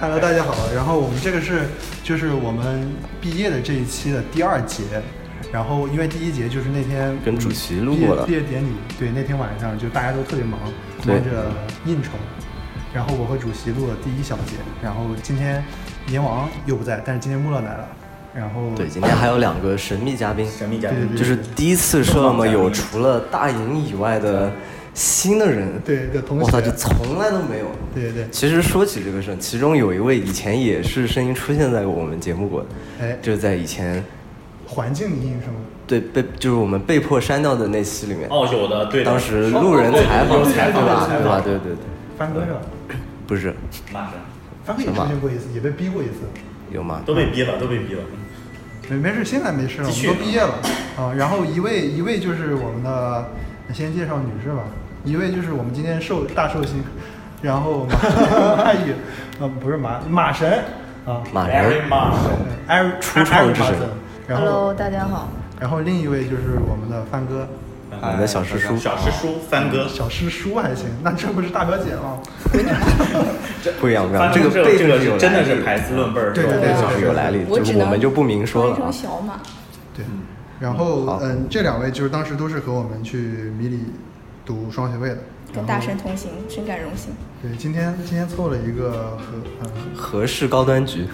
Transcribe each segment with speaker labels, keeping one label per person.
Speaker 1: ，Hello，大家好。然后我们这个是就是我们毕业的这一期的第二节，然后因为第一节就是那天
Speaker 2: 跟主席录过了
Speaker 1: 毕业毕业典礼，对，那天晚上就大家都特别忙，
Speaker 2: 对
Speaker 1: 忙着应酬。然后我和主席录了第一小节，然后今天阎王又不在，但是今天穆乐来了，然后
Speaker 2: 对，今天还有两个神秘嘉宾，
Speaker 3: 神秘嘉
Speaker 1: 对对
Speaker 3: 宾
Speaker 1: 对，
Speaker 2: 就是第一次说那么有除了大营以外的新的人，
Speaker 1: 对的同
Speaker 2: 我操，
Speaker 1: 学
Speaker 2: 就，从来都没有。
Speaker 1: 对对对，
Speaker 2: 其实说起这个事儿，其中有一位以前也是声音出现在我们节目过的，
Speaker 1: 哎，
Speaker 2: 就是在以前
Speaker 1: 环境音是吗？
Speaker 2: 对被就是我们被迫删掉的那期里面，
Speaker 3: 哦，有的，对的，
Speaker 2: 当时路人采访对吧？对吧？对对对，
Speaker 1: 翻哥是吧？
Speaker 2: 不是
Speaker 3: 那
Speaker 1: 翻哥
Speaker 3: 是
Speaker 1: 也
Speaker 2: 嗯什
Speaker 1: 出
Speaker 2: 么
Speaker 1: 现过一次，也被逼过一次。
Speaker 2: 有吗？
Speaker 3: 都被逼了，都被逼了。
Speaker 1: 没没事，现在没事了，我
Speaker 3: 继续
Speaker 1: 们都毕业了啊。然后一位一位就是我们的，先介绍女士吧。一位就是我们今天寿大寿星，然后马马 宇，啊不是马马神啊，
Speaker 2: 马人
Speaker 3: Very much
Speaker 1: 艾瑞
Speaker 2: 初创之神。
Speaker 1: 然后
Speaker 4: Hello，大家好。
Speaker 1: 然后另一位就是我们的帆哥，
Speaker 2: 我们的小师叔，
Speaker 3: 哎小师叔帆哥，
Speaker 1: 小师叔还行，那这不是大表姐吗？
Speaker 2: 不一样不一样，
Speaker 3: 帆
Speaker 2: 这
Speaker 3: 哥
Speaker 2: 个
Speaker 3: 这
Speaker 2: 辈
Speaker 3: 这
Speaker 2: 分
Speaker 3: 个
Speaker 2: 是有
Speaker 3: 是真的
Speaker 2: 来历
Speaker 3: 是排资论辈儿，
Speaker 1: 对对
Speaker 3: 是吧
Speaker 1: 对
Speaker 2: 这
Speaker 1: 对
Speaker 2: 个是有来历，
Speaker 4: 我
Speaker 2: 这
Speaker 4: 只
Speaker 2: 个
Speaker 4: 能
Speaker 2: 我们就不明说了
Speaker 4: 翻译成
Speaker 2: 啊。
Speaker 4: 小马，
Speaker 1: 对， 然后
Speaker 2: 好
Speaker 1: 嗯，这两位就是当时都是和我们去米里读双学位的，
Speaker 4: 跟大神同行，深感荣幸。
Speaker 1: 对，今天今天凑了一个和嗯
Speaker 2: 合适高端局，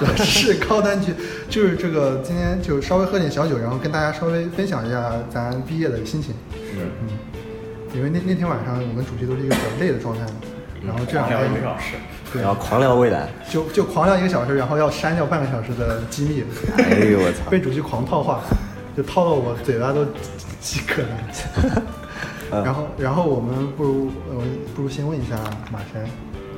Speaker 1: 合适高端 局，就是这个今天就稍微喝点小酒，然后跟大家稍微分享一下咱毕业的心情，嗯
Speaker 3: 是
Speaker 1: 因为那那天晚上我跟主席都是一个比较累的状态，然后这两
Speaker 3: 嗯聊一个
Speaker 1: 天
Speaker 3: 小时，
Speaker 1: 对
Speaker 2: 然后狂聊未来。
Speaker 1: 就就狂聊一个小时，然后要删掉半个小时的机密，
Speaker 2: 哎呦我操！
Speaker 1: 被主席狂套话，就套到我嘴巴都饥渴了。
Speaker 3: 嗯
Speaker 1: 然后然后我们不如呃不如先问一下马神，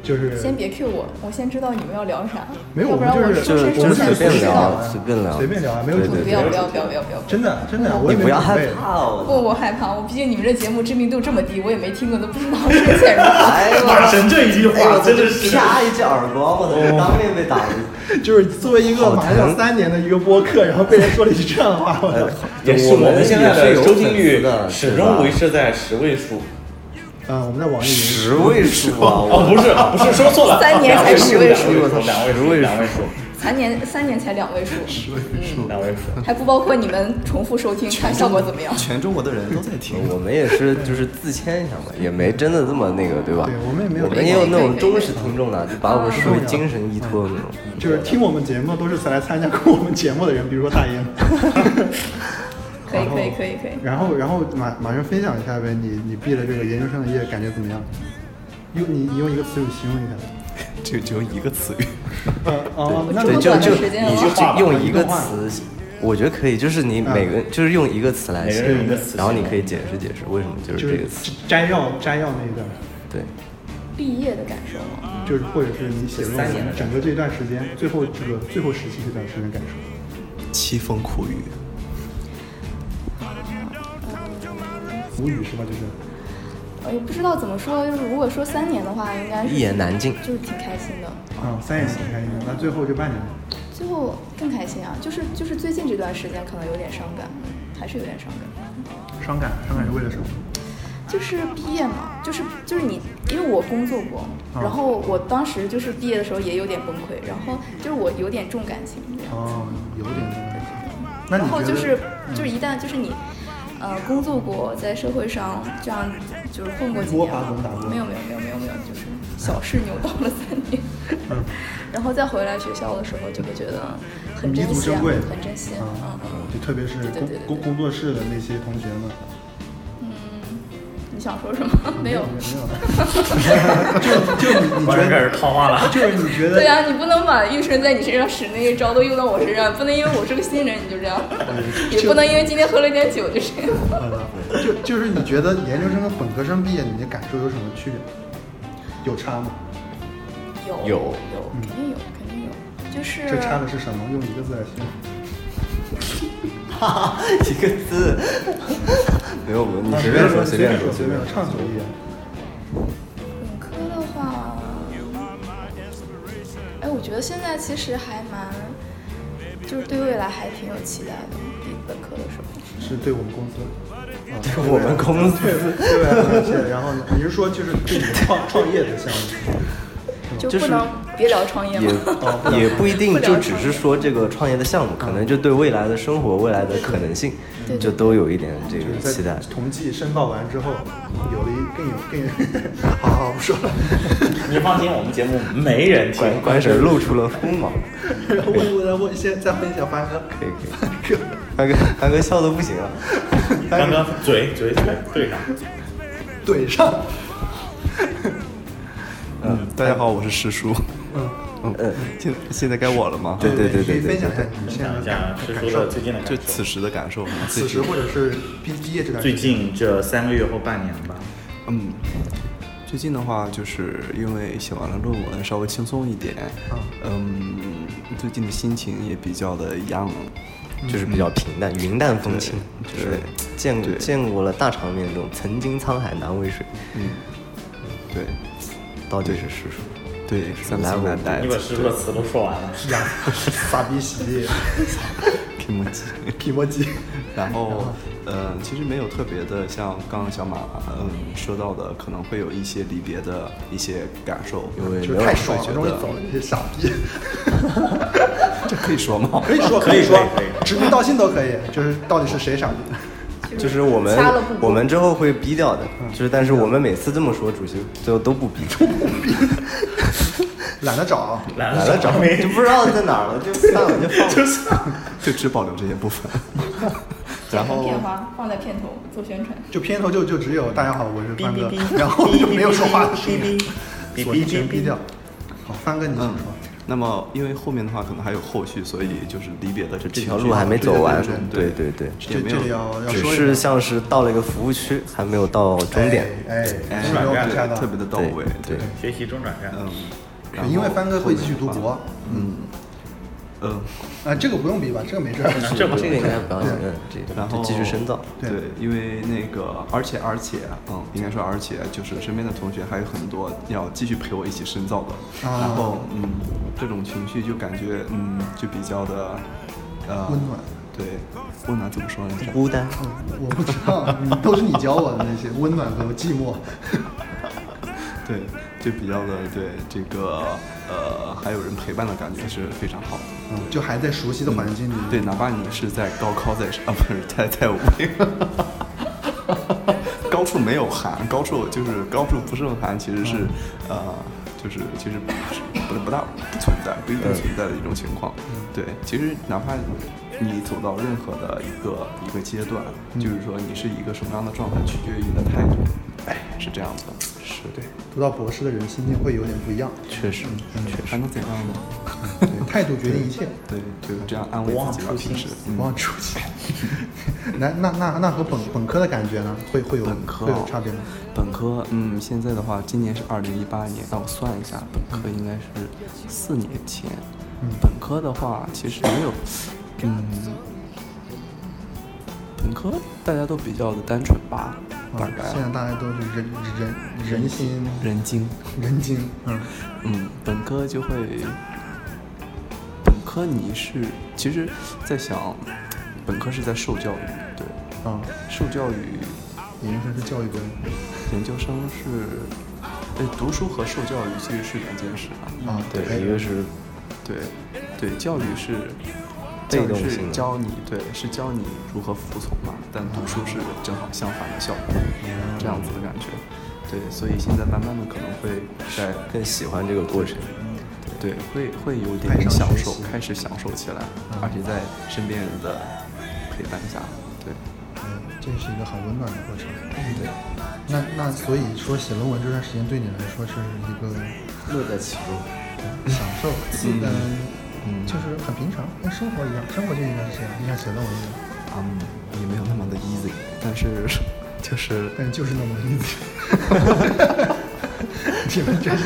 Speaker 1: 就是
Speaker 4: 先别 Q 我，我先知道你们要聊啥，
Speaker 1: 没有，
Speaker 4: 要
Speaker 1: 我
Speaker 4: 不
Speaker 1: 们就
Speaker 4: 然
Speaker 1: 是
Speaker 4: 说
Speaker 2: 是
Speaker 4: 深
Speaker 1: 我
Speaker 4: 说
Speaker 1: 们
Speaker 4: 浅
Speaker 2: 随
Speaker 4: 不
Speaker 2: 便
Speaker 4: 知
Speaker 2: 聊
Speaker 4: 道。
Speaker 2: 随便聊
Speaker 1: 随便聊啊，没有
Speaker 2: 对
Speaker 1: 主
Speaker 2: 对
Speaker 4: 不
Speaker 1: 题
Speaker 4: 要，不要不要不要不要！
Speaker 1: 真的真的，我也
Speaker 2: 你
Speaker 1: 没
Speaker 2: 不要
Speaker 1: 准
Speaker 2: 害
Speaker 1: 备
Speaker 2: 怕哦。
Speaker 4: 不，我害怕，我毕竟你们这节目知名度这么低，我也没听过，都不知道深浅如 何。
Speaker 2: 哎 呦，
Speaker 3: 马神这一句
Speaker 2: 哎呦
Speaker 3: 话
Speaker 2: 我
Speaker 3: 真的是，
Speaker 2: 啪一记耳光，我操，当面被打了。
Speaker 1: 就是作为一个马上要三年的一个播客，然后被人说了一句这样的话，我
Speaker 2: 哎
Speaker 1: 操！
Speaker 3: 也是我们现在
Speaker 2: 也是
Speaker 3: 的
Speaker 2: 有
Speaker 3: 收听
Speaker 2: 粉丝
Speaker 3: 率
Speaker 2: 的
Speaker 3: 始
Speaker 2: 对吧
Speaker 3: 终维持在十位数。
Speaker 1: 啊，我们在网易云，
Speaker 2: 十位数啊！
Speaker 3: 哦，
Speaker 2: 我
Speaker 3: 不是不是，说错了，
Speaker 4: 三年才十位数
Speaker 3: 两位数，两位数，
Speaker 4: 三年三年才两位数，
Speaker 3: 两位数。
Speaker 4: 还不包括你们重复收听，看效果怎么样。
Speaker 5: 全中国的人都在听。
Speaker 2: 我们也是就是自谦一下嘛，也没真的这么那个，对吧？
Speaker 1: 对我们也没有
Speaker 2: 我们也有那种忠实听众的，就把我们视为精神依托那种。
Speaker 1: 就是听我们节目都是来参加过我们节目的人，比如说大英。
Speaker 4: 可以可以可以可以。
Speaker 1: 然后，然后马马上分享一下呗，你你毕了这个研究生的业，感觉怎么样？用你你用一个词语形容一下。
Speaker 5: 就只有一个词语，
Speaker 1: 呃哦，那
Speaker 4: 这
Speaker 2: 对，
Speaker 4: 么
Speaker 2: 就
Speaker 4: 短的
Speaker 2: 就
Speaker 4: 时间
Speaker 2: 你
Speaker 4: 了啊
Speaker 2: 就
Speaker 3: 吧
Speaker 2: 就用一
Speaker 1: 一
Speaker 2: 个
Speaker 1: 段话
Speaker 2: 词，我觉得可以，就是你每个就是用一个词来
Speaker 3: 每个
Speaker 2: 形
Speaker 3: 人用一
Speaker 2: 容
Speaker 3: 个，词
Speaker 2: 然后你可以解释解释为什么就是
Speaker 1: 就
Speaker 2: 这
Speaker 1: 是
Speaker 2: 个词。
Speaker 1: 摘要摘要那一段，
Speaker 2: 对，
Speaker 4: 毕业的感受吗？
Speaker 1: 就是或者是你写论文整个这段时间，最后这个最后时期这段时间感受。
Speaker 5: 凄风苦雨。
Speaker 1: 无语是吧？就是
Speaker 4: 我哎也不知道怎么说，就是如果说三年的话，应该是
Speaker 2: 一言难尽。
Speaker 4: 就是挺开心的。
Speaker 1: 啊，三年级开心，那最后这半年
Speaker 4: 最后更开心啊，就是就是最近这段时间可能有点伤感，还是有点伤感。
Speaker 1: 伤感，伤感是为了什么？
Speaker 4: 就是毕业嘛，就是就是你，因为我工作过，
Speaker 1: 啊
Speaker 4: 然后我当时就是毕业的时候也有点崩溃，然后就是我有点重感情这样，
Speaker 1: 哦，有点这个感觉。那你
Speaker 4: 然后
Speaker 1: 觉得嗯
Speaker 4: 就是就是一旦就是你，呃，工作过，在社会上这样就是混过几
Speaker 1: 摸
Speaker 4: 年
Speaker 1: 爬滚打过
Speaker 4: 没有没有没有没有没有，就是小试牛刀了三年，
Speaker 1: 嗯
Speaker 4: 然后再回来学校的时候就会觉得很
Speaker 1: 弥
Speaker 4: 珍
Speaker 1: 足
Speaker 4: 惜、啊，
Speaker 1: 珍贵，
Speaker 4: 很珍惜，嗯
Speaker 1: 啊
Speaker 4: 嗯嗯。，
Speaker 1: 就特别是
Speaker 4: 对对
Speaker 1: 工
Speaker 4: 对对
Speaker 1: 工工作室的那些同学们，
Speaker 4: 你想说什么？ 没有。
Speaker 1: 没有， 就就你你
Speaker 3: 我
Speaker 1: 觉
Speaker 3: 这开
Speaker 1: 得
Speaker 3: 始套话了，
Speaker 1: 就是你觉得
Speaker 4: 对啊呀、你不能把玉顺在你身上使那一招都用到我身上，不能因为我是个新人你就这样，也不能因为今天喝了点酒就这样。
Speaker 1: 呃就就是你觉得研究生和本科生毕业，你的感受有什么区别？有差吗？
Speaker 4: 有
Speaker 2: 有
Speaker 4: 有
Speaker 1: 嗯
Speaker 4: 肯定有肯定有，就是
Speaker 1: 这差的是什么？用一个字来形容。
Speaker 2: 一个字， 没有，你随便说，随
Speaker 1: 啊随
Speaker 2: 便
Speaker 1: 说，
Speaker 2: 说，
Speaker 1: 随便说，畅所欲言。
Speaker 4: 本科的话，哎，我觉得现在其实还蛮，就是对未来还挺有期待的，比本科的时候。
Speaker 1: 是对我们公司。啊
Speaker 2: 对 我们公司
Speaker 1: 对对对，而且然后呢？你是说就是对你的创创业的项目？
Speaker 4: 就
Speaker 2: 就
Speaker 4: 不
Speaker 2: 是
Speaker 4: 能别聊创业
Speaker 2: 也
Speaker 4: 吗？
Speaker 2: 也不一定，
Speaker 4: 不聊
Speaker 2: 就只
Speaker 4: 创
Speaker 2: 是
Speaker 4: 业
Speaker 2: 说这个创业的项目，可能就对未来的生活、未来的可能性，就都有一点这
Speaker 1: 就是
Speaker 2: 个期
Speaker 1: 在
Speaker 2: 待。
Speaker 1: 同济申报完之后，有了一更有 更，好好不说了。
Speaker 3: 你放心，我们节目没人听。
Speaker 2: 关关神露出了锋芒，
Speaker 1: 然后我我我先再问一下欢哥，
Speaker 2: 可以可以，
Speaker 1: 欢哥，
Speaker 2: 韩哥韩哥笑的不行了。啊
Speaker 3: 刚刚嘴嘴嘴对
Speaker 1: 怼
Speaker 3: 上，
Speaker 1: 上，
Speaker 5: 嗯，大家好，我是师叔。
Speaker 1: 嗯，
Speaker 2: 嗯，
Speaker 5: 现现在该我了吗？
Speaker 2: 对对对
Speaker 1: 可以分
Speaker 2: 对对
Speaker 1: 享一下你
Speaker 3: 分
Speaker 1: 现
Speaker 3: 享一
Speaker 1: 在
Speaker 3: 下
Speaker 1: 的
Speaker 3: 师
Speaker 1: 感
Speaker 3: 叔
Speaker 1: 感
Speaker 3: 的
Speaker 1: 受，
Speaker 3: 最近的感
Speaker 5: 就
Speaker 3: 受。
Speaker 5: 此时的感受，
Speaker 1: 此时或者是毕毕业这段时
Speaker 3: 最
Speaker 1: 间，
Speaker 3: 近这三个月或半年吧，
Speaker 5: 嗯，最近的话，就是因为写完了论文，稍微轻松一点。嗯，最近的心情也比较的一样。
Speaker 2: 就是比较平淡、云淡风轻，
Speaker 5: 对
Speaker 2: 就是
Speaker 5: 对
Speaker 2: 见过
Speaker 5: 对
Speaker 2: 见过了大场面中“曾经沧海难为水
Speaker 5: 嗯，对”，
Speaker 2: 到底是实数。
Speaker 5: 对，三
Speaker 2: 来
Speaker 5: 三
Speaker 2: 我
Speaker 5: 难带
Speaker 3: 你把师傅的词都说完了。
Speaker 1: 呀，傻逼洗，
Speaker 5: 提莫 吉。
Speaker 1: 皮摩机，
Speaker 5: 然后，
Speaker 1: 嗯
Speaker 5: 呃，其实没有特别的，像刚刚小马嗯说到的，可能会有一些离别的一些感受，因为
Speaker 1: 就是
Speaker 5: 没有
Speaker 1: 太
Speaker 5: 人
Speaker 1: 爽
Speaker 5: 会
Speaker 1: 了，
Speaker 5: 觉
Speaker 1: 终于
Speaker 5: 得
Speaker 1: 走了，你这傻逼。
Speaker 5: 这 可以说吗？
Speaker 1: 可以说，
Speaker 3: 可以
Speaker 1: 说
Speaker 3: 可以可，
Speaker 1: 指名道姓都可以，就是到底是谁傻逼。
Speaker 2: 就是我们
Speaker 4: 掐了不播
Speaker 2: 我们之后会逼掉的，
Speaker 5: 嗯
Speaker 2: 就是但是我们每次这么说，主席最后都不逼，
Speaker 1: 懒得找，啊
Speaker 3: 来
Speaker 2: 来了找 就不知道在哪儿了，就散了就放了。
Speaker 5: 就只保留这些部分。
Speaker 4: 剪
Speaker 5: 然
Speaker 4: 成
Speaker 5: 后
Speaker 4: 片花放在片头做宣传。
Speaker 1: 就片头就就只有大家好，我是
Speaker 3: 哔
Speaker 1: 帆哥
Speaker 3: 哔 哔，，
Speaker 1: 然后就没有说话的声音
Speaker 3: 哔，哔
Speaker 1: 所
Speaker 3: 哔
Speaker 1: 以
Speaker 3: 哔
Speaker 1: 全
Speaker 3: 哔
Speaker 1: 逼
Speaker 3: 哔
Speaker 1: 掉。。好，帆哥你想
Speaker 5: 嗯
Speaker 1: 说？，
Speaker 5: 那么因为后面的话可能还有后续，所以就是离别的这
Speaker 2: 这
Speaker 5: 情
Speaker 2: 条
Speaker 5: 绪
Speaker 2: 路还没走完对
Speaker 5: 对，对
Speaker 2: 对对，
Speaker 1: 这
Speaker 5: 也没
Speaker 1: 这
Speaker 5: 有
Speaker 1: 里要要
Speaker 2: 只
Speaker 1: 说一哎
Speaker 2: 是
Speaker 1: 下
Speaker 2: 像是到了一个服务区，还没有到终点。
Speaker 1: 哎，哎，
Speaker 5: 哎
Speaker 1: 是没有感觉到，
Speaker 5: 特别的到
Speaker 2: 对
Speaker 5: 位，
Speaker 2: 对，
Speaker 3: 学习中转站，
Speaker 5: 嗯，然
Speaker 1: 对
Speaker 5: 后
Speaker 1: 因为帆哥会继续读
Speaker 5: 后面的
Speaker 1: 博
Speaker 5: 话，，嗯，嗯。
Speaker 1: 啊，这个不用比吧，这个没 事儿。
Speaker 3: 这不
Speaker 2: 这个应该不要
Speaker 1: 对
Speaker 2: 承认，这个
Speaker 5: 然
Speaker 2: 就
Speaker 5: 后
Speaker 2: 继续深造。
Speaker 1: 对
Speaker 5: 对，因为那个，而且而且，嗯，应该说而且，就是身边的同学还有很多要继续陪我一起深造的，
Speaker 1: 啊
Speaker 5: 然后嗯，这种情绪就感觉嗯，就比较的呃
Speaker 1: 温暖，
Speaker 5: 对，温暖怎么说呢？
Speaker 2: 孤单，
Speaker 1: 嗯我不知道，你都是你教我的那些温暖和寂寞。
Speaker 5: 对，就比较的对这个呃，还有人陪伴的感觉是非常好的。
Speaker 1: 嗯，就还在熟悉的环境里，
Speaker 5: 对，哪怕你是在高考在上，啊，不是在在我，高处没有寒，高处就是高处不胜寒，其实是、呃，就是其实不是不不大不存在，不一定存在的一种情况。对，其实哪怕你走到任何的一个一个阶段，就是说你是一个什么样的状态，取决于你的态度。哎，是这样子的，是对，
Speaker 1: 读到博士的人心境会有点不一样。
Speaker 2: 确实，确实。
Speaker 5: 还能怎样呢？
Speaker 1: 对，态度决定一切。
Speaker 5: 对，就这样安慰
Speaker 3: 不忘
Speaker 5: 自己吧，
Speaker 3: 初心
Speaker 5: 平时。嗯
Speaker 1: 不忘初心。 那那那那和本本科的感觉呢？会会有
Speaker 5: 本科
Speaker 1: 会
Speaker 5: 哦
Speaker 1: 有差别吗？
Speaker 5: 本科，嗯，现在的话，今年是二零一八年，让我算一下，本科应该是四年前。本科的话，其实没有，嗯，本科大家都比较的单纯吧，
Speaker 1: 啊
Speaker 5: 大概
Speaker 1: 现在大家都是人人人心
Speaker 5: 人精。
Speaker 1: 人精，嗯，
Speaker 5: 嗯，本科就会，本科你是其实，在想，本科是在受教育，对，
Speaker 1: 啊，
Speaker 5: 受教育
Speaker 1: 研究生是教育的人
Speaker 5: 研究生是，哎，读书和受教育其实是两件事啊。
Speaker 1: 啊，哎
Speaker 2: 对，一个是
Speaker 5: 对，对，教育是
Speaker 2: 被
Speaker 5: 教育
Speaker 2: 动
Speaker 5: 是
Speaker 2: 性的
Speaker 5: 教你对，是教你如何服从嘛，但读书是正好相反的效果，这样子的感觉。对，所以现在慢慢的可能会在
Speaker 2: 更喜欢这个过程。
Speaker 5: 对会会有
Speaker 1: 爱上
Speaker 5: 点享
Speaker 1: 学
Speaker 5: 受
Speaker 1: 习，
Speaker 5: 开始嗯享受起来，而且在身边人的陪伴下，对
Speaker 1: 嗯这是一个很温暖的过程。
Speaker 5: 对，
Speaker 1: 那那所以说写论文这段时间对你来说是一个
Speaker 2: 乐在其中，
Speaker 1: 享受，嗯，就是很平常，跟生活一样，生活就应该是这样，就像写论文一样，
Speaker 5: 嗯，也没有那么的 easy，但是就是
Speaker 1: 但就是那么理解。你们这些。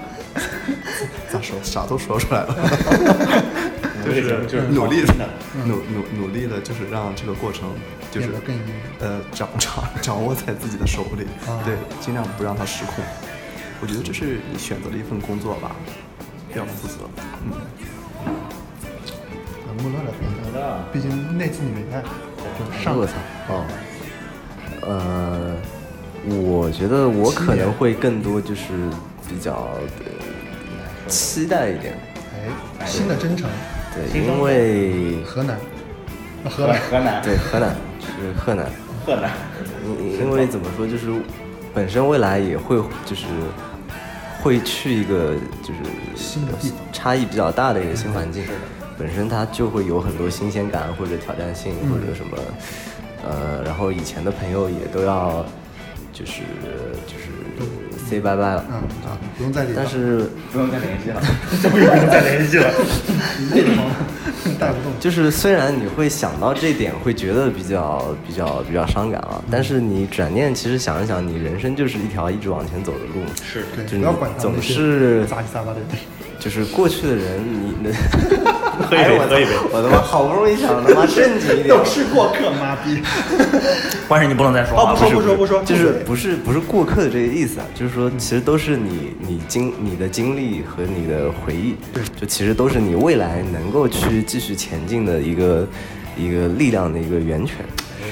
Speaker 5: 咋说啥都说出来了。
Speaker 3: 就
Speaker 5: 就是
Speaker 3: 是 就是
Speaker 5: 努力的
Speaker 3: 的，
Speaker 5: 努努努力的，就是让这个过程就是
Speaker 1: 变得更
Speaker 5: 呃掌 掌掌握在自己的手里
Speaker 1: 啊，
Speaker 5: 对，尽量不让它失控。我觉得这是你选择了一份工作吧，要负责。嗯，
Speaker 1: 啊，穆勒的
Speaker 3: 穆勒啊
Speaker 1: 毕竟那次你没看，就是上
Speaker 2: 我操，哦，呃，我觉得我可能会更多就是比较呃期待一点，
Speaker 1: 哎，新的真诚，
Speaker 2: 对，因为
Speaker 1: 河南，啊河南，
Speaker 3: 河南，
Speaker 2: 对河南就是河南，
Speaker 3: 河南，
Speaker 2: 因因为怎么说就是本身未来也会就是会去一个就是
Speaker 1: 新的地方嗯
Speaker 2: 差异比较大的一个新环境，本身它就会有很多新鲜感或者挑战性或
Speaker 1: 嗯
Speaker 2: 者什么，呃，然后以前的朋友也都要就是就是 say bye bye 了
Speaker 1: 嗯
Speaker 2: 啊，，
Speaker 1: 不用再理了，
Speaker 2: 但是
Speaker 3: 不用再联系了，终于不用再联 系了。
Speaker 1: 累得慌，带不动。
Speaker 2: 就是虽然你会想到这点，会觉得比较比较比较伤感啊，但是你转念其实想一想，你人生就是一条一直往前走的路，
Speaker 3: 是
Speaker 1: 对，
Speaker 2: 就
Speaker 1: 不要管
Speaker 2: 你
Speaker 1: 他
Speaker 2: 总
Speaker 1: 那些
Speaker 2: 是
Speaker 1: 杂七杂八的人。
Speaker 2: 就是过去的人，你 那
Speaker 3: 喝一 杯
Speaker 2: 哎我
Speaker 3: 喝一杯
Speaker 2: 我他妈好不容易想他妈正经一点，
Speaker 1: 是过客，妈逼！
Speaker 3: 关事你不能再说
Speaker 1: 哦，
Speaker 3: 话，
Speaker 1: 不说
Speaker 3: 是
Speaker 1: 不说不说，
Speaker 2: 就是不是不是过客的这个意思啊，就是说其实都是你你经你的经历和你的回忆，
Speaker 1: 对
Speaker 2: 就其实都是你未来能够去继续前进的一个一个力量的一个源泉，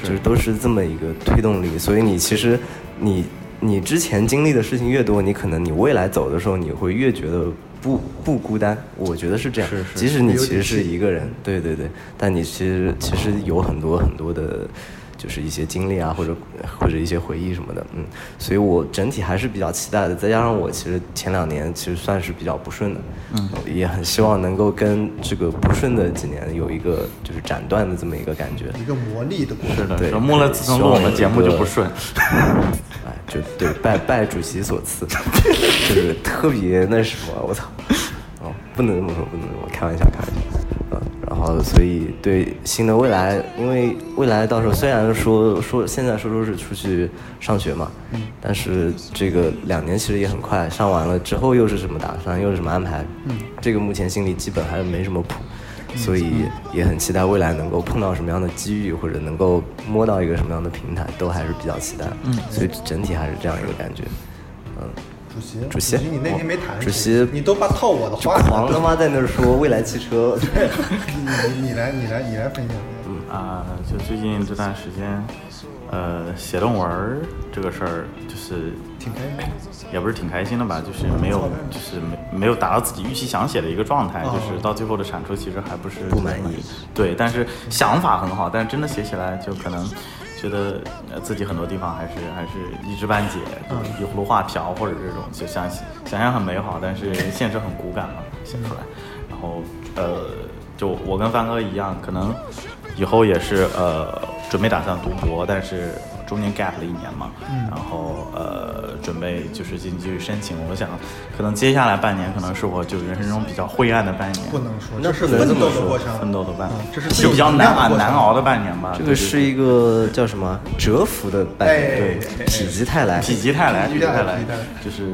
Speaker 2: 就是都是这么一个推动力，所以你其实你你之前经历的事情越多，你可能你未来走的时候你会越觉得。不不孤单，我觉得是这样。
Speaker 3: 是是
Speaker 2: 即使你其实是一个人，对对对，但你其实其实有很多很多的，就是一些经历啊，或者或者一些回忆什么的，嗯，所以我整体还是比较期待的。再加上我其实前两年其实算是比较不顺的，嗯，也很希望能够跟这个不顺的几年有一个就是斩断的这么一个感觉，
Speaker 1: 一个磨砺的过程。
Speaker 3: 是的，
Speaker 2: 对
Speaker 3: 是的穆勒自从录我们节目就不顺，
Speaker 2: 哎，就对拜拜主席所赐， 就是特别那什么，我操，哦，不能这么说，不能这么说，开玩笑，开玩笑，嗯，然后所以对新的未来，因为未来到时候虽然说说现在说说是出去上学嘛，但是这个两年其实也很快，上完了之后又是什么打算，又是什么安排，嗯，这个目前心里基本还没什么谱。所以也很期待未来能够碰到什么样的机遇，或者能够摸到一个什么样的平台，都还是比较期待。嗯，所以整体还是这样一个感觉。嗯，
Speaker 1: 主席，
Speaker 2: 主席
Speaker 1: 你那天没
Speaker 3: 哦
Speaker 1: 谈。
Speaker 2: 主席
Speaker 1: 你都把套我的
Speaker 2: 就
Speaker 1: 话
Speaker 2: 狂他妈在那儿说未来汽车，
Speaker 1: 你你你来你来你来分享。
Speaker 3: 啊，就最近这段时间，呃，写论文儿这个事儿，就是
Speaker 1: 挺开心的
Speaker 3: 也不是挺开心的吧，就是没有，就是没没有达到自己预期想写的一个状态，就是到最后的产出其实还不是
Speaker 2: 哦不满意。
Speaker 3: 对，但是想法很好，但是真的写起来就可能觉得呃自己很多地方还是还是一知半解，就是一葫芦画瓢或者这种，就想想象很美好，但是现实很骨感嘛，写出来。然后呃，就我跟帆哥一样，可能以后也是呃准备打算读博，但是中间 gap 了一年嘛，然后呃准备就是进去申请。我想可能接下来半年可能是我就人生中比较灰暗的半年，
Speaker 1: 不能说，
Speaker 2: 那
Speaker 1: 这是
Speaker 2: 不
Speaker 1: 奋
Speaker 2: 能这
Speaker 1: 斗
Speaker 2: 么
Speaker 1: 的
Speaker 2: 说
Speaker 1: 过程，
Speaker 3: 奋斗的半
Speaker 1: 嗯
Speaker 3: 年，
Speaker 1: 这是
Speaker 3: 就比较难
Speaker 1: 过
Speaker 3: 啊
Speaker 1: 程
Speaker 3: 难。熬的半年吧。
Speaker 2: 这个是一个叫什么蛰伏的半
Speaker 1: 哎
Speaker 2: 年，
Speaker 1: 哎
Speaker 2: 对，否极泰来，
Speaker 3: 否极泰来，
Speaker 1: 否
Speaker 3: 否
Speaker 1: 极
Speaker 3: 极
Speaker 1: 泰来
Speaker 3: 泰
Speaker 1: 否
Speaker 3: 来
Speaker 1: 极泰来，
Speaker 3: 就是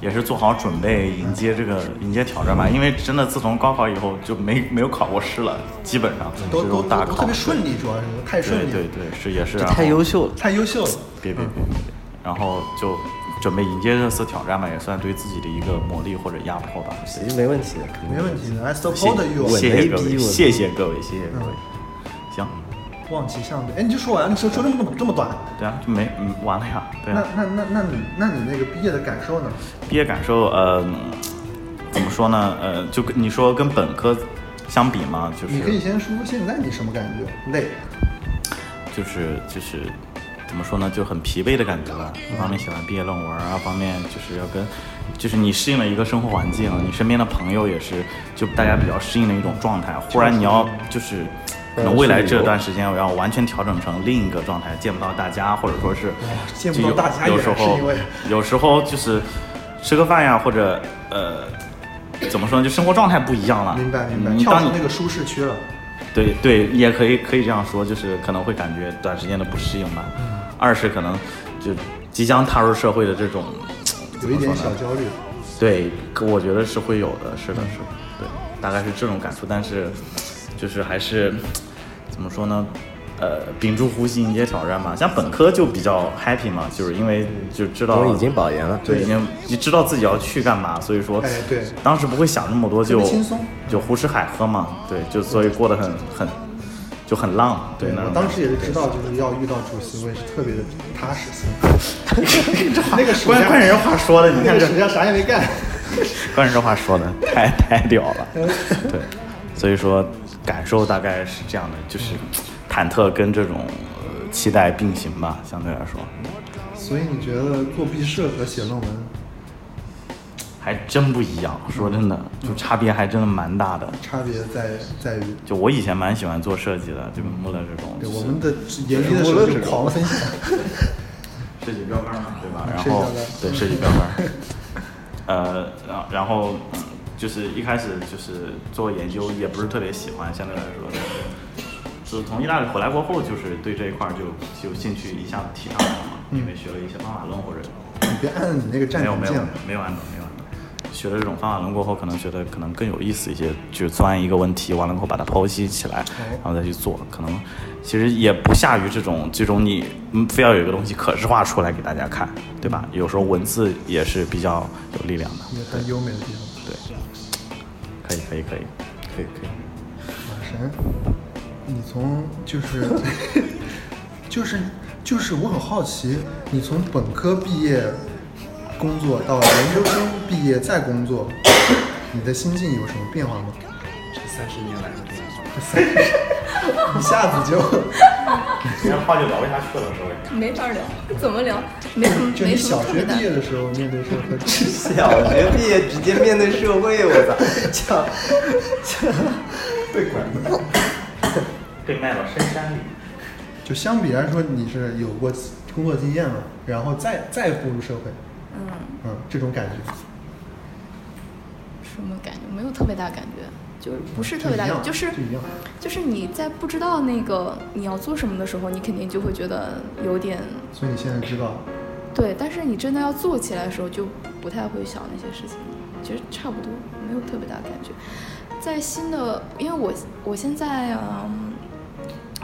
Speaker 3: 也是做好准备迎接这个迎接挑战
Speaker 1: 嗯
Speaker 3: 吧。因为真的自从高考以后就没没有考过试了，基本上
Speaker 1: 都
Speaker 3: 这
Speaker 1: 嗯都
Speaker 3: 种大
Speaker 1: 都都
Speaker 3: 考
Speaker 1: 特别顺利，主要是太
Speaker 3: 对
Speaker 1: 顺利了，嗯
Speaker 3: 对对，是也是
Speaker 2: 这太优
Speaker 3: 秀。
Speaker 2: 秀了。
Speaker 1: 太优秀了。
Speaker 3: 别别别别，然后就准备迎接这次挑战吧，也算对自己的一个磨砺或者压迫吧。
Speaker 2: 其实没问题的，肯定
Speaker 1: 没问题的，I 嗯
Speaker 3: 谢
Speaker 1: support you，
Speaker 2: 稳
Speaker 3: 谢
Speaker 2: 了一
Speaker 3: 谢各
Speaker 2: 逼稳
Speaker 3: 位，
Speaker 2: 了
Speaker 3: 谢谢各位，谢谢各位。行，
Speaker 1: 望其项背。哎，你就说完，你说说这么这么这么短，
Speaker 3: 对啊，就没嗯完了呀，对
Speaker 1: 那
Speaker 3: 啊。
Speaker 1: 那那那你那你那个毕业的感受呢？
Speaker 3: 毕业感受，呃，怎么说呢？呃，就跟你说跟本科相比嘛，就是
Speaker 1: 你可以先说现在你什么感觉？累，
Speaker 3: 就是就是怎么说呢，就很疲惫的感觉吧。
Speaker 1: 嗯
Speaker 3: 一方面写完毕业论文啊，二方面就是要跟，就是你适应了一个生活环境，你身边的朋友也是，就大家比较适应的一种状态。忽然你要就是。可能未来这段时间，我要完全调整成另一个状态，见不到大家，或者说是
Speaker 1: 哎见不到大家
Speaker 3: 就
Speaker 1: 也
Speaker 3: 有有时
Speaker 1: 是
Speaker 3: 候
Speaker 1: 因为
Speaker 3: 有时候就是吃个饭呀，或者呃，怎么说呢，就生活状态不一样了。
Speaker 1: 明白明白，
Speaker 3: 你
Speaker 1: 跳
Speaker 3: 嗯当
Speaker 1: 出
Speaker 3: 你
Speaker 1: 那个舒适区了。
Speaker 3: 对对，也可以可以这样说，就是可能会感觉短时间的不适应吧。
Speaker 1: 嗯
Speaker 3: 二是可能就即将踏入社会的这种，
Speaker 1: 有一点小嗯焦虑，
Speaker 3: 对，可我觉得是会有的，是的，是的，对，大概是这种感触。但是就是还是怎么说呢？呃，屏住呼吸迎接挑战嘛。像本科就比较 happy 嘛，就是因为就知道
Speaker 2: 我已经保研了，
Speaker 3: 对，已经你知道自己要去干嘛，所以说，
Speaker 1: 哎对
Speaker 3: 当时不会想那么多，
Speaker 1: 特别
Speaker 3: 就
Speaker 1: 轻松
Speaker 3: 就胡吃海喝嘛，对，就所以过得很很，就很浪嘛。
Speaker 1: 对，
Speaker 3: 那
Speaker 1: 我
Speaker 3: 种
Speaker 1: 当
Speaker 3: 感
Speaker 1: 时
Speaker 3: 觉
Speaker 1: 也是知道，就是要遇到主席，我也是特别的踏实。 那个暑
Speaker 3: 关
Speaker 1: 假，
Speaker 3: 关键这话说的，你
Speaker 1: 那
Speaker 3: 看
Speaker 1: 个
Speaker 3: 这
Speaker 1: 暑假啥也没干。
Speaker 3: 关键这话说的太太屌 了，
Speaker 1: 嗯
Speaker 3: 对，所以说感受大概是这样的，就是忐忑跟这种、呃期待并行吧，相对来说，
Speaker 1: 所以你觉得做毕设和写论文，
Speaker 3: 还真不一样。说真的，就差别还真的蛮大的。
Speaker 1: 差别在在于，
Speaker 3: 就我以前蛮喜欢做设计的，就穆勒这种，
Speaker 1: 对
Speaker 3: 就是
Speaker 1: 我们的研究的时候就狂分享。
Speaker 3: 设计标杆嘛，对吧？
Speaker 1: 嗯
Speaker 3: 然
Speaker 1: 设计
Speaker 3: 后
Speaker 1: 标杆
Speaker 3: 对设计标杆儿，呃，然后然后嗯就是一开始就是做研究也不是特别喜欢，相对来说，但是就是从意大利回来过后，就是对这一块儿就就兴趣一下子提上来了嘛，因为学了一些方法论或者
Speaker 1: 你别按你那个
Speaker 3: 没
Speaker 1: 暂
Speaker 3: 有
Speaker 1: 停
Speaker 3: 没
Speaker 1: 键
Speaker 3: 有没有
Speaker 1: 了。
Speaker 3: 没有按照没有按照。学了这种方法论过后，可能觉得可能更有意思一些，就是钻一个问题，完了过后把它剖析起来，
Speaker 2: 哎
Speaker 3: 然后再去做。可能其实也不下于这种，最终你嗯非要有一个东西可视化出来给大家看，对吧？有时候文字也是比较有力量的。
Speaker 1: 也很优美的地方，
Speaker 3: 对，可以可以可以。
Speaker 2: 可以可以，
Speaker 1: 马神，你从就是 就是就是我很好奇，你从本科毕业工作到研究生毕业再工作，你的心境有什么变化吗？
Speaker 5: 三十年来的变 化，
Speaker 1: 一下子就
Speaker 3: 今天话就聊不下去了，稍微。
Speaker 4: 没法聊， 怎么聊？没什么，
Speaker 1: 就
Speaker 4: 没
Speaker 1: 你
Speaker 4: 什
Speaker 1: 小
Speaker 4: 么特
Speaker 1: 学
Speaker 4: 别大
Speaker 1: 毕。业的时候面对社会，
Speaker 2: 小学毕业直接面对社会，我操，这这
Speaker 1: 被管的。
Speaker 3: 被卖到深山里。
Speaker 1: 就相比来说，你是有过工作经验了，然后再再步入社会，
Speaker 4: 嗯，
Speaker 1: 嗯，这种感觉
Speaker 4: 什么感觉？没有特别大感觉，就是不是特别大
Speaker 1: 就一
Speaker 4: 感
Speaker 1: 样
Speaker 4: 觉，就是
Speaker 1: 就一样
Speaker 4: 就是你在不知道那个你要做什么的时候，你肯定就会觉得有点
Speaker 1: 所以你现在知道，
Speaker 4: 对，但是你真的要做起来的时候，就不太会想那些事情，其实差不多，没有特别大感觉。在新的，因为我我现在嗯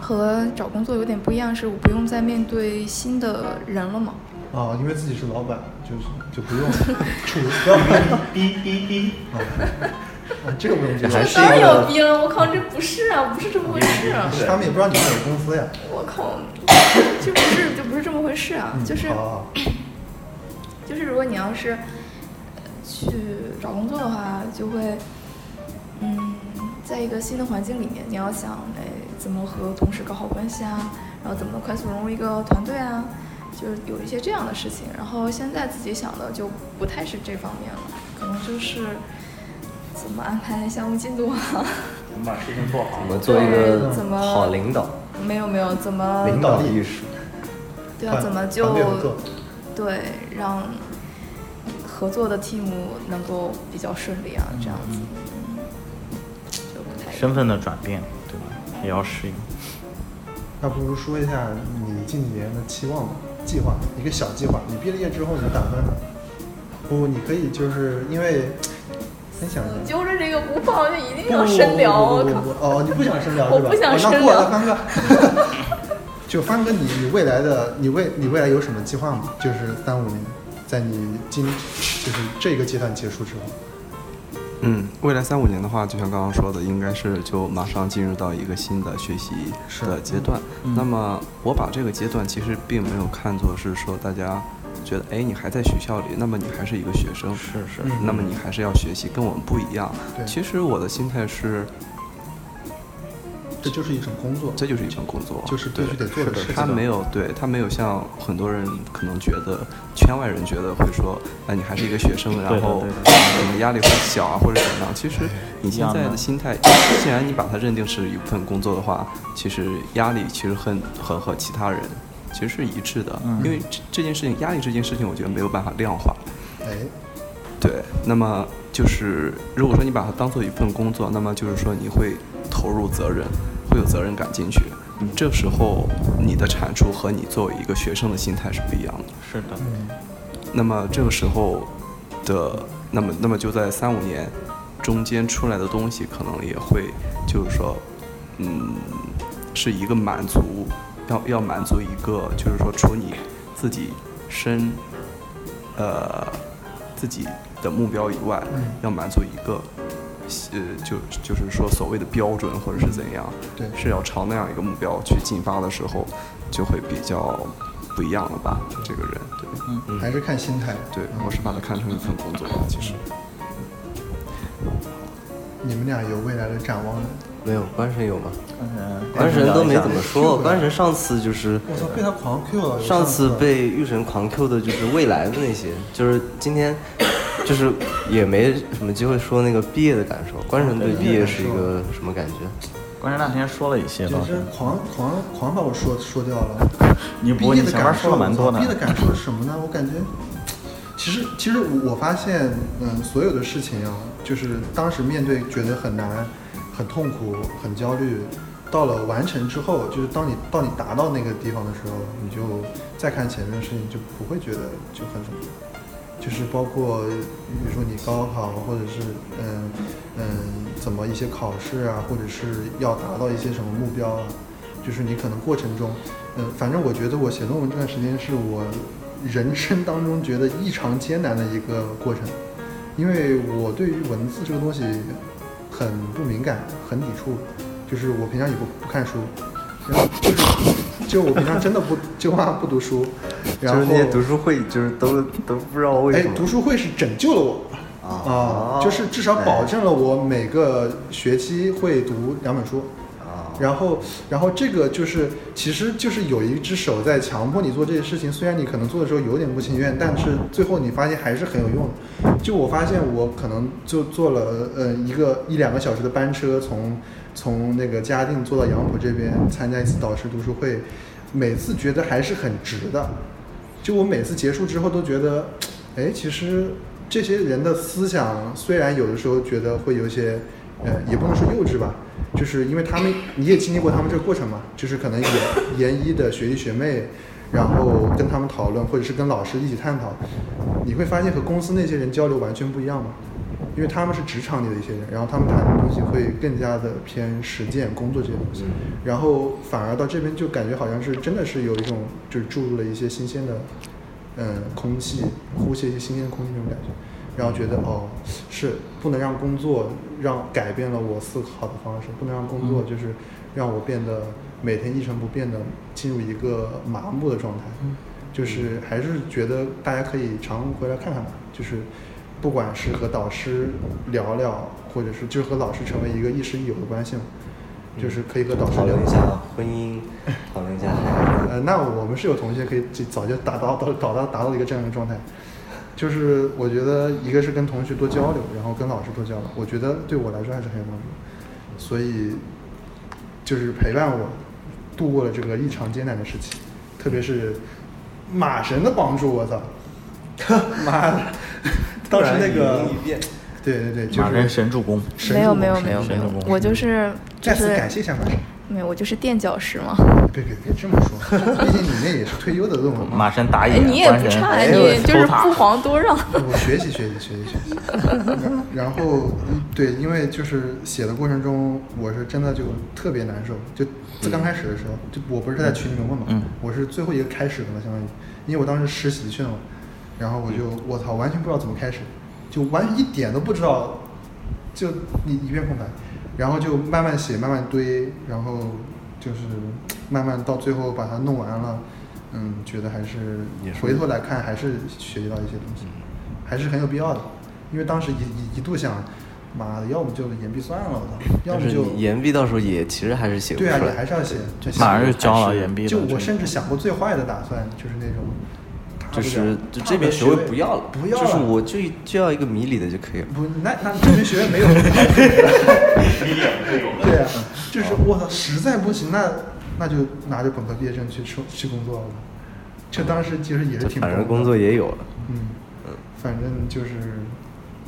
Speaker 4: 和找工作有点不一样，是我不用再面对新的人了嘛。
Speaker 1: 啊，因为自己是老板，就是就不 用处不要逼
Speaker 3: 滴滴滴。
Speaker 1: 啊，啊这个不用
Speaker 4: 这
Speaker 1: 这
Speaker 4: 个
Speaker 1: 个，
Speaker 4: 当然有逼了，我靠，这不是啊，不是这么回事啊！
Speaker 1: 他们也不知道你是哪个公司呀，
Speaker 4: 我靠，就不是就不是这么回事啊，就是。
Speaker 1: 啊，
Speaker 4: 就是如果你要是呃去找工作的话，就会嗯，在一个新的环境里面，你要想哎怎么和同事搞好关系啊，然后怎么能快速融入一个团队啊，就是有一些这样的事情。然后现在自己想的就不太是这方面了，可能就是怎么安排项目进度啊，
Speaker 3: 我们把事情做好
Speaker 2: 怎么做一个
Speaker 4: 对怎么
Speaker 2: 好领导？
Speaker 4: 没有没有怎么
Speaker 2: 领导艺术，
Speaker 4: 对啊，
Speaker 1: 团
Speaker 4: 怎么
Speaker 1: 团
Speaker 4: 就
Speaker 1: 队合作
Speaker 4: 对让合作的 team 能够比较顺利啊？这样子，嗯就不太一样
Speaker 3: 身份的转变，对吧？也要适应。
Speaker 1: 那不如说一下你近几年的期望吧计划，一个小计划，你毕了业之后你的打算呢？不，你可以就是因为分享一下。
Speaker 4: 揪着这个不放，就一定
Speaker 1: 不
Speaker 4: 要深聊。
Speaker 1: 不
Speaker 4: 我
Speaker 1: 不
Speaker 4: 靠
Speaker 1: 不！不哦，你不想深聊
Speaker 4: 我
Speaker 1: 是吧？
Speaker 4: 不想
Speaker 1: 哦那
Speaker 4: 深
Speaker 1: 过
Speaker 4: 聊
Speaker 1: 了，帆哥。 就帆哥，你你未来的你未你未来有什么计划吗？就是三五年，在你今就是这个阶段结束之后，
Speaker 5: 嗯，未来三五年的话，就像刚刚说的，应该是就马上进入到一个新的学习
Speaker 1: 是嗯
Speaker 5: 的阶段。那么我把这个阶段其实并没有看作是说大家觉得，哎，你还在学校里，那么你还是一个学生，是是
Speaker 1: 嗯
Speaker 5: 那么你还是要学习，跟我们不一样
Speaker 1: 对。
Speaker 5: 其实我的心态是，
Speaker 1: 这就是一种工作。
Speaker 5: 这就是一份工作，
Speaker 1: 就是必须得做的
Speaker 5: 对
Speaker 1: 事情啊
Speaker 5: 他没有，对他没有像很多人可能觉得，圈外人觉得会说，哎，你还是一个学生，然
Speaker 3: 对的
Speaker 5: 后
Speaker 3: 对的
Speaker 5: 可能压力会小啊，或者怎么样。其实你现在的心态，既然你把它认定是一份工作的话，其实压力其实很和和其他人其实是一致的，
Speaker 3: 嗯
Speaker 5: 因为这这件事情，压力这件事情，我觉得没有办法量化。
Speaker 1: 哎，
Speaker 5: 对，那么就是如果说你把它当做一份工作，那么就是说你会投入责任，会有责任感进去。嗯这时候你的产出和你作为一个学生的心态是不一样的。
Speaker 3: 是的，
Speaker 1: 嗯，
Speaker 5: 那么这个时候的，那么那么就在三五年中间出来的东西，可能也会就是说，嗯，是一个满足，要要满足一个就是说除你自己身，呃，自己的目标以外，
Speaker 1: 嗯
Speaker 5: 要满足一个呃，就就是说所谓的标准或者是怎样，
Speaker 1: 对
Speaker 5: 是要朝那样一个目标去进发的时候，就会比较不一样了吧？这个人，对，
Speaker 1: 还是看心态。
Speaker 5: 对
Speaker 1: 嗯
Speaker 5: 我是把它看成一份工作吧，其实。
Speaker 1: 你们俩有未来的展望吗？
Speaker 2: 没有关神有吗？
Speaker 3: 嗯，
Speaker 2: 关神都没怎么
Speaker 1: 聊一
Speaker 2: 说，
Speaker 1: 下
Speaker 2: 关神上次就是
Speaker 1: 我操，被他狂 Q 了。
Speaker 2: 上次
Speaker 1: 次
Speaker 2: 被玉神狂 Q 的就是未来的那些，就是今天，就是也没什么机会说那个毕业的感受。关神对毕业是一个什么感觉？
Speaker 3: 关键那天说了一些
Speaker 1: 简
Speaker 3: 倒
Speaker 1: 直
Speaker 3: 是，
Speaker 1: 狂狂狂把我说说掉了。
Speaker 3: 你不过
Speaker 1: 毕
Speaker 3: 你
Speaker 1: 业的
Speaker 3: 前
Speaker 1: 感
Speaker 3: 面说
Speaker 1: 受，
Speaker 3: 了蛮多的
Speaker 1: 毕业，的感受是什么呢？我感觉，其实其实我发现，嗯，所有的事情啊，就是当时面对觉得很难、很痛苦、很焦虑，到了完成之后，就是当你到你达到那个地方的时候，你就再看前面的事情，就不会觉得就很什么。就是包括比如说你高考，啊或者是嗯嗯怎么一些考试啊，或者是要达到一些什么目标啊，就是你可能过程中，嗯，反正我觉得我写论文这段时间是我人生当中觉得异常艰难的一个过程，因为我对于文字这个东西很不敏感，很抵触，就是我平常也不不看书，然后就是就我平常真的不就妈不读书，然后
Speaker 2: 书会就是都都不知道为
Speaker 1: 哎，读书会是拯救了我啊、就是至少保证了我每个学期会读两本书。
Speaker 2: 啊
Speaker 1: 然后，然后这个就是，其实就是有一只手在强迫你做这些事情。虽然你可能做的时候有点不情愿，但是最后你发现还是很有用的。就我发现，我可能就坐了呃一个一两个小时的班车从，从那个嘉定坐到杨浦这边参加一次导师读书会，每次觉得还是很值的。就我每次结束之后都觉得，哎，其实这些人的思想虽然有的时候觉得会有一些，呃，也不能说幼稚吧，就是因为他们你也经历过他们这个过程嘛，就是可能研研一的学弟学妹，然后跟他们讨论，或者是跟老师一起探讨，你会发现和公司那些人交流完全不一样嘛。因为他们是职场里的一些人，然后他们谈的东西会更加的偏实践工作这些东西，然后反而到这边就感觉好像是真的是有一种就是注入了一些新鲜的，嗯，空气，呼吸一些新鲜的空气那种感觉，然后觉得哦，是不能让工作让改变了我思考的方式，不能让工作就是让我变得每天一成不变的进入一个麻木的状态，就是还是觉得大家可以常回来看看吧，就是不管是和导师聊聊，或者是就是和老师成为一个亦师亦友的关系嘛，就是可以和导师
Speaker 2: 讨
Speaker 1: 聊
Speaker 2: 论一
Speaker 1: 一
Speaker 2: 下
Speaker 1: 下。
Speaker 2: 婚姻，讨论一下
Speaker 1: 呃，那我们是有同学可以就早就达到到达到达到一个这样一个状态，就是我觉得一个是跟同学多交流，然后跟老师多交流，我觉得对我来说还是很有帮助，所以就是陪伴我度过了这个异常艰难的时期，特别是马神的帮助，我操，妈的，当时那个，对对对，就
Speaker 3: 马人
Speaker 1: 是
Speaker 3: 神助攻，
Speaker 1: 神
Speaker 4: 没有
Speaker 1: 助攻
Speaker 4: 没有
Speaker 1: 神
Speaker 4: 没有
Speaker 1: 助
Speaker 4: 没有
Speaker 1: 攻，
Speaker 4: 我就是就
Speaker 1: 再次
Speaker 4: 是
Speaker 1: 感谢一下马神，
Speaker 4: 没有，我就是垫脚石嘛。
Speaker 1: 别别别这么说，毕竟你那也是退休的论文嘛。
Speaker 3: 马神打
Speaker 4: 哎
Speaker 3: 野，
Speaker 4: 你也
Speaker 3: 关
Speaker 4: 不
Speaker 3: 神
Speaker 4: 差，
Speaker 3: 哎
Speaker 4: 你
Speaker 3: 呦
Speaker 4: 也就是
Speaker 3: 偷塔
Speaker 4: 不遑多让。
Speaker 1: 我学习学习学习学习。然然后，嗯对，因为就是写的过程中，我是真的就特别难受。就最刚开始的时候，就我不是在群里面问嘛，
Speaker 3: 嗯
Speaker 1: 我是最后一个开始的嘛，相当于，因为我当时实习去了嘛，然后我就我操，完全不知道怎么开始，就完全一点都不知道，就一一片空白。然后就慢慢写，慢慢堆，然后就是慢慢到最后把它弄完了。嗯，觉得还是
Speaker 2: 也是嗯
Speaker 1: 回头来看，还是学习到一些东西。还是很有必要的，因为当时一一一度想，妈的，要么就岩壁算了，我操，要
Speaker 2: 但
Speaker 1: 么
Speaker 2: 是
Speaker 1: 就
Speaker 2: 岩壁到时候也其实还是写不出
Speaker 1: 对啊，
Speaker 2: 来，
Speaker 1: 也还是要写，就
Speaker 3: 马上就交了岩壁了，
Speaker 1: 就
Speaker 3: 真
Speaker 1: 我
Speaker 3: 的
Speaker 1: 甚至
Speaker 2: 嗯
Speaker 1: 想过最坏的打算，就是那种，大不
Speaker 2: 就
Speaker 1: 了
Speaker 2: 是就这
Speaker 1: 大
Speaker 2: 边
Speaker 1: 不
Speaker 2: 学
Speaker 1: 了
Speaker 2: 位不要了，
Speaker 1: 不要了，
Speaker 2: 就是我就就要一个米里的就可以了。
Speaker 1: 不，那那这边学位没有，对啊，就是我操，实在不行，那那就拿着本科毕业证去去去工作了，这当时其实也是
Speaker 2: 就
Speaker 1: 挺
Speaker 2: 反
Speaker 1: 崩的
Speaker 2: 正工作也有了，
Speaker 1: 嗯，反正就是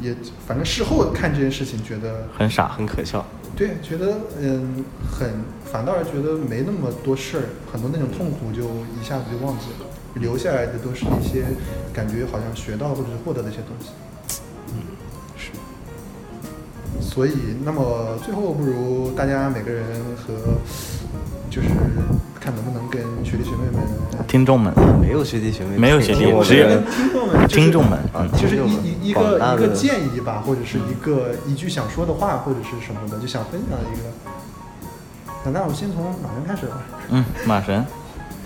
Speaker 1: 也反正事后看这件事情觉得。
Speaker 3: 很傻，
Speaker 2: 很可笑。
Speaker 1: 对，觉得嗯，很反倒是觉得没那么多事儿，很多那种痛苦就一下子就忘记了，留下来的都是一些感觉好像学到或者是获得的一些东西。嗯，是。所以，那么最后不如大家每个人和就是看能不能跟学弟学妹们，
Speaker 3: 听众们，
Speaker 2: 没有学弟学妹，
Speaker 3: 没有学弟
Speaker 2: 听我
Speaker 3: 只有
Speaker 2: 们
Speaker 1: 听众们，
Speaker 3: 听众们，
Speaker 2: 啊
Speaker 3: 嗯，
Speaker 1: 就是
Speaker 2: 听众们
Speaker 1: 一一一
Speaker 2: 广
Speaker 1: 个
Speaker 2: 大
Speaker 1: 一个
Speaker 2: 的
Speaker 1: 建议吧，或者是一个一句想说的话，或者是什么的，就想分享一个。那那我先从马上开始吧。
Speaker 3: 嗯，马神，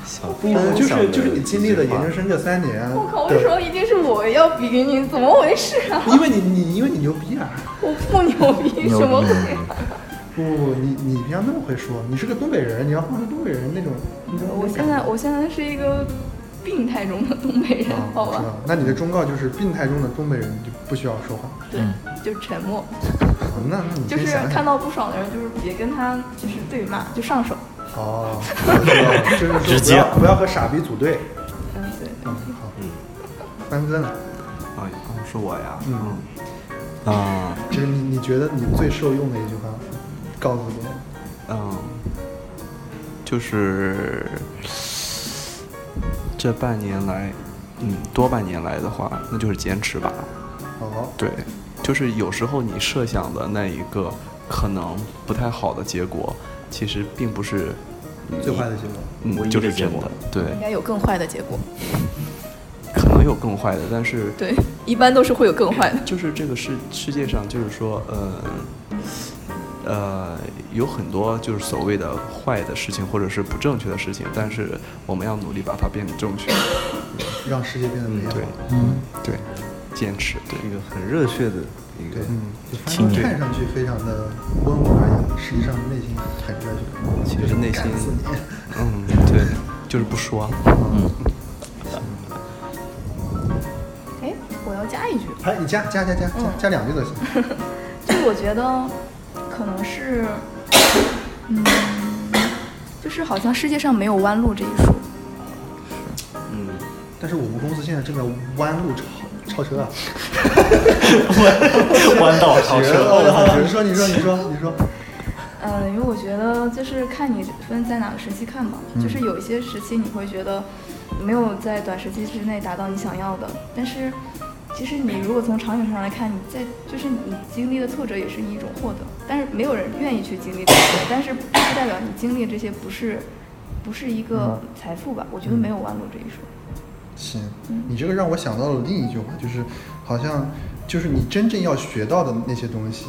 Speaker 2: 小
Speaker 1: 嗯，就
Speaker 2: 分享的
Speaker 1: 是就是你经历了研究生这三年，
Speaker 4: 我靠！我
Speaker 1: 对
Speaker 4: 说一定是我要比你，怎么回事啊？
Speaker 1: 因为你你因为你牛逼啊！
Speaker 4: 我不牛逼，
Speaker 3: 牛
Speaker 4: 什么
Speaker 3: 逼
Speaker 4: 鬼
Speaker 3: 牛逼
Speaker 4: 啊？
Speaker 1: 不不不，你你平常那么会说，你是个东北人，你要放成东北人那种，你知道
Speaker 4: 我现在我现在是一个病态中的东北人，
Speaker 1: 啊，
Speaker 4: 好
Speaker 1: 我知道
Speaker 4: 吧？
Speaker 1: 了。那你的忠告就是病态中的东北人就不需要说话。
Speaker 4: 对，就沉默，
Speaker 1: 啊那那你
Speaker 4: 就
Speaker 1: 先
Speaker 4: 是
Speaker 1: 想想
Speaker 4: 看到不爽的人，就是别跟他就是对骂，就上手。
Speaker 1: 哦，我知道了就是说
Speaker 3: 直
Speaker 1: 不
Speaker 3: 接
Speaker 1: 要不要和傻逼组队。
Speaker 4: 嗯，对。
Speaker 1: 嗯，好。三哥呢？
Speaker 5: 啊，是我呀，
Speaker 1: 嗯
Speaker 5: 嗯，啊，
Speaker 1: 就是你你觉得你最受用的一句话，告诉我。
Speaker 5: 嗯，就是这半年来，嗯，多半年来的话，那就是坚持吧。
Speaker 1: 哦，
Speaker 5: 对，就是有时候你设想的那一个可能不太好的结果，其实并不是你
Speaker 1: 最坏的结果。
Speaker 3: 唯
Speaker 5: 嗯，
Speaker 3: 一
Speaker 5: 就
Speaker 3: 的
Speaker 5: 是
Speaker 3: 结
Speaker 5: 真
Speaker 3: 果
Speaker 5: 的。对，
Speaker 4: 应该有更坏的结果，
Speaker 5: 可能有更坏的，但是
Speaker 4: 对，一般都是会有更坏的。
Speaker 5: 就是这个世世界上，就是说，呃，呃，有很多就是所谓的坏的事情，或者是不正确的事情，但是我们要努力把它变得正确。
Speaker 1: 让世界变得
Speaker 3: 嗯
Speaker 1: 美好。嗯
Speaker 5: 对，对，坚持，对，
Speaker 2: 一个很热血的一个
Speaker 1: 对，嗯，就反
Speaker 3: 青
Speaker 1: 正
Speaker 3: 年
Speaker 1: 看上去非常的温文尔雅，实际上内心很热血，
Speaker 5: 其
Speaker 1: 就
Speaker 5: 实
Speaker 1: 是
Speaker 5: 内
Speaker 1: 干
Speaker 5: 心
Speaker 1: 死你。
Speaker 5: 嗯，对，就是不说。
Speaker 4: 哎，我要加一句，
Speaker 1: 哎，你加加加加加
Speaker 4: 嗯
Speaker 1: 加两句都行。
Speaker 4: 就我觉得可能是，嗯，就是好像世界上没有弯路这一说。
Speaker 2: 嗯，
Speaker 1: 但是我们公司现在正在弯路超超车啊！
Speaker 3: 弯道超车，
Speaker 1: 哦，你说你说你说你说，
Speaker 4: 嗯，因为我觉得就是看你分在哪个时期看吧，就是有一些时期你会觉得没有在短时期之内达到你想要的，但是其实你如果从长远上来看，你在就是你经历的挫折也是一种获得，但是没有人愿意去经历这些，但是并不代表你经历这些不是不是一个财富吧？我觉得没有弯路这一说。
Speaker 1: 行，你这个让我想到了另一句话，就是好像就是你真正要学到的那些东西，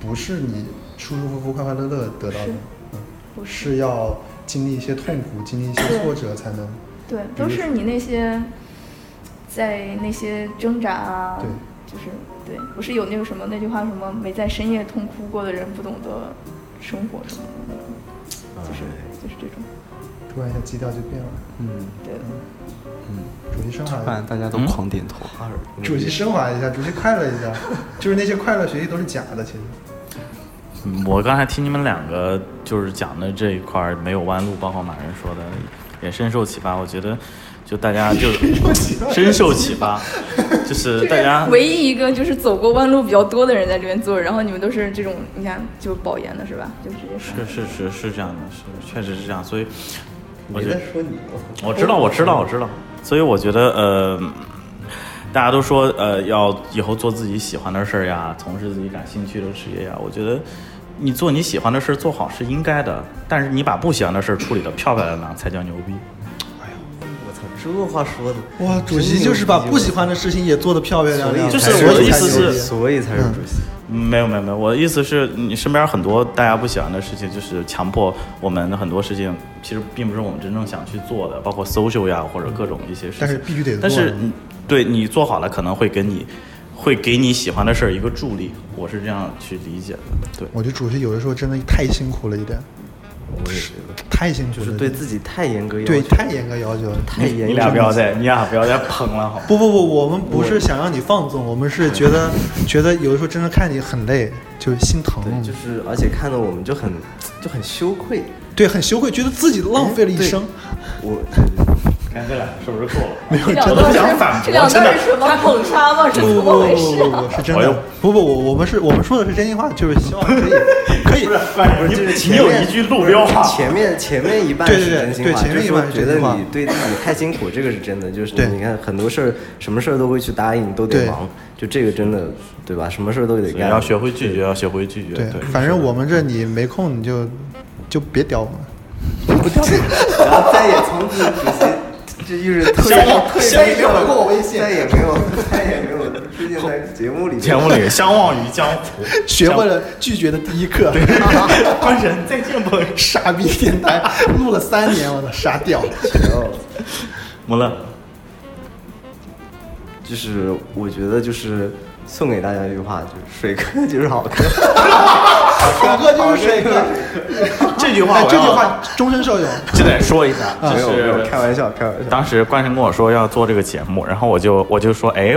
Speaker 1: 不是你舒舒服服、快快乐乐得到的
Speaker 4: 是，
Speaker 1: 嗯
Speaker 4: 不是
Speaker 1: 是要经历一些痛苦、经历一些
Speaker 4: 对
Speaker 1: 挫折才能。
Speaker 4: 对，
Speaker 1: 比
Speaker 4: 都
Speaker 1: 如
Speaker 4: 是
Speaker 1: 说
Speaker 4: 你那些在那些挣扎啊，
Speaker 1: 对
Speaker 4: 就是对，不是有那个什么那句话什么没在深夜痛哭过的人不懂得生活什么
Speaker 1: 哎
Speaker 4: 的，就是就是这种，
Speaker 1: 突然一下基调就变了，
Speaker 5: 嗯
Speaker 4: 对，
Speaker 5: 嗯，
Speaker 1: 主题升华一
Speaker 5: 突然
Speaker 1: 下，
Speaker 5: 大家都
Speaker 3: 嗯
Speaker 5: 狂点头。
Speaker 2: 啊
Speaker 1: 嗯主题升华一下，主题快乐一 下，就是那些快乐学习都是假的，其实。
Speaker 3: 嗯我刚才听你们两个就是讲的这一块儿没有弯路，包括马人说的，也深受启发。我觉得就大家就深受启发，就是大家
Speaker 4: 唯一一个就是走过弯路比较多的人在这边做，然后你们都是这种，你看就保研的是吧？就直接上
Speaker 3: 是是是是这样的，是确实是这样，所以我觉得
Speaker 2: 说你，
Speaker 3: 我知道，我知道，我知道。所以我觉得，呃，大家都说，呃，要以后做自己喜欢的事儿呀，从事自己感兴趣的职业呀。我觉得，你做你喜欢的事儿做好是应该的，但是你把不喜欢的事儿处理的漂漂亮亮才叫牛逼。
Speaker 2: 我操，这话说的，
Speaker 1: 哇，主席就是把不喜欢的事情也做得漂漂亮亮。
Speaker 3: 就是
Speaker 1: 才
Speaker 3: 我的
Speaker 1: 才
Speaker 3: 意思
Speaker 1: 牛逼
Speaker 3: 是
Speaker 2: 所以才是主席。
Speaker 3: 嗯没有没有没有，我的意思是你身边很多大家不喜欢的事情，就是强迫我们的很多事情，其实并不是我们真正想去做的，包括 social 呀或者各种一些事情。
Speaker 1: 但是必须得做
Speaker 3: 但是
Speaker 1: 嗯
Speaker 3: 你对你做好了，可能会给你会给你喜欢的事儿一个助力，我是这样去理解的。对，
Speaker 1: 我觉得主席有的时候真的太辛苦了一 点，
Speaker 2: 我也觉得，
Speaker 1: 太辛苦
Speaker 2: 就
Speaker 1: 了，
Speaker 2: 是对自己太严格要求，
Speaker 1: 对太严格要求了。
Speaker 2: 太严格。
Speaker 3: 你俩不要再你俩不要再捧了，好吗？
Speaker 1: 不不不，我们不是想让你放纵，我们是觉得觉得有的时候真的看你很累，就是心疼，
Speaker 2: 对，就是而且看到我们就很就很羞愧，
Speaker 1: 对很羞愧，觉得自己浪费了一生。
Speaker 2: 我
Speaker 3: 看这俩是不是够了？
Speaker 4: 这两
Speaker 3: 我
Speaker 4: 段
Speaker 3: 都
Speaker 4: 是
Speaker 3: 想反驳
Speaker 4: 这两
Speaker 3: 真的
Speaker 4: 段是什 么捧杀吗？是
Speaker 1: 不
Speaker 4: 怎
Speaker 1: 不
Speaker 4: 么
Speaker 1: 不
Speaker 4: 回事
Speaker 1: 不
Speaker 4: 啊？
Speaker 1: 不，是真
Speaker 3: 哎呦
Speaker 1: 的。不不，我我们是我们说的是真心话，就是希望可以可 以。
Speaker 2: 不是就是
Speaker 3: 你
Speaker 2: 前
Speaker 3: 有
Speaker 2: 面
Speaker 3: 一句路标话，
Speaker 2: 前面前面一半
Speaker 1: 对
Speaker 2: 是
Speaker 1: 对对对
Speaker 2: 真心话，
Speaker 1: 前面一半是
Speaker 2: 就
Speaker 1: 真
Speaker 2: 是说觉
Speaker 1: 心
Speaker 2: 得
Speaker 1: 话
Speaker 2: 你对自己太辛苦，这个是真的。就是
Speaker 1: 对
Speaker 2: 你看很多事儿，什么事儿都会去答应，都得
Speaker 1: 对
Speaker 2: 忙，就这个真的对吧？什么事儿都得
Speaker 3: 对
Speaker 2: 干。
Speaker 3: 要学会拒绝，要学会拒绝。
Speaker 1: 对
Speaker 3: 对，，
Speaker 1: 反正我们这你没空你就就别屌我们。
Speaker 2: 不掉队，然后再也从此主席，这就是退
Speaker 1: 再
Speaker 2: 退
Speaker 1: 也没
Speaker 2: 没有
Speaker 1: 有回过我微信
Speaker 2: 再也没有，再也没有出现在节目里面。
Speaker 3: 节目里相忘于江湖，
Speaker 1: 学会了拒绝的第一课，
Speaker 3: 关人再见朋友。
Speaker 1: 傻逼电台录了三年，我操，傻屌！
Speaker 2: 哦
Speaker 3: 没了，
Speaker 2: 就是我觉得就是送给大家一句话，就是水哥就是好哥，
Speaker 1: 水哥就是水哥，
Speaker 3: 这句话
Speaker 1: 哎
Speaker 3: 我要
Speaker 1: 这句话终身受用。
Speaker 3: 就得说一下，就
Speaker 2: 没有没有，
Speaker 3: 是
Speaker 2: 开玩笑开玩笑。
Speaker 3: 当时关神跟我说要做这个节目，然后我就我就说，哎，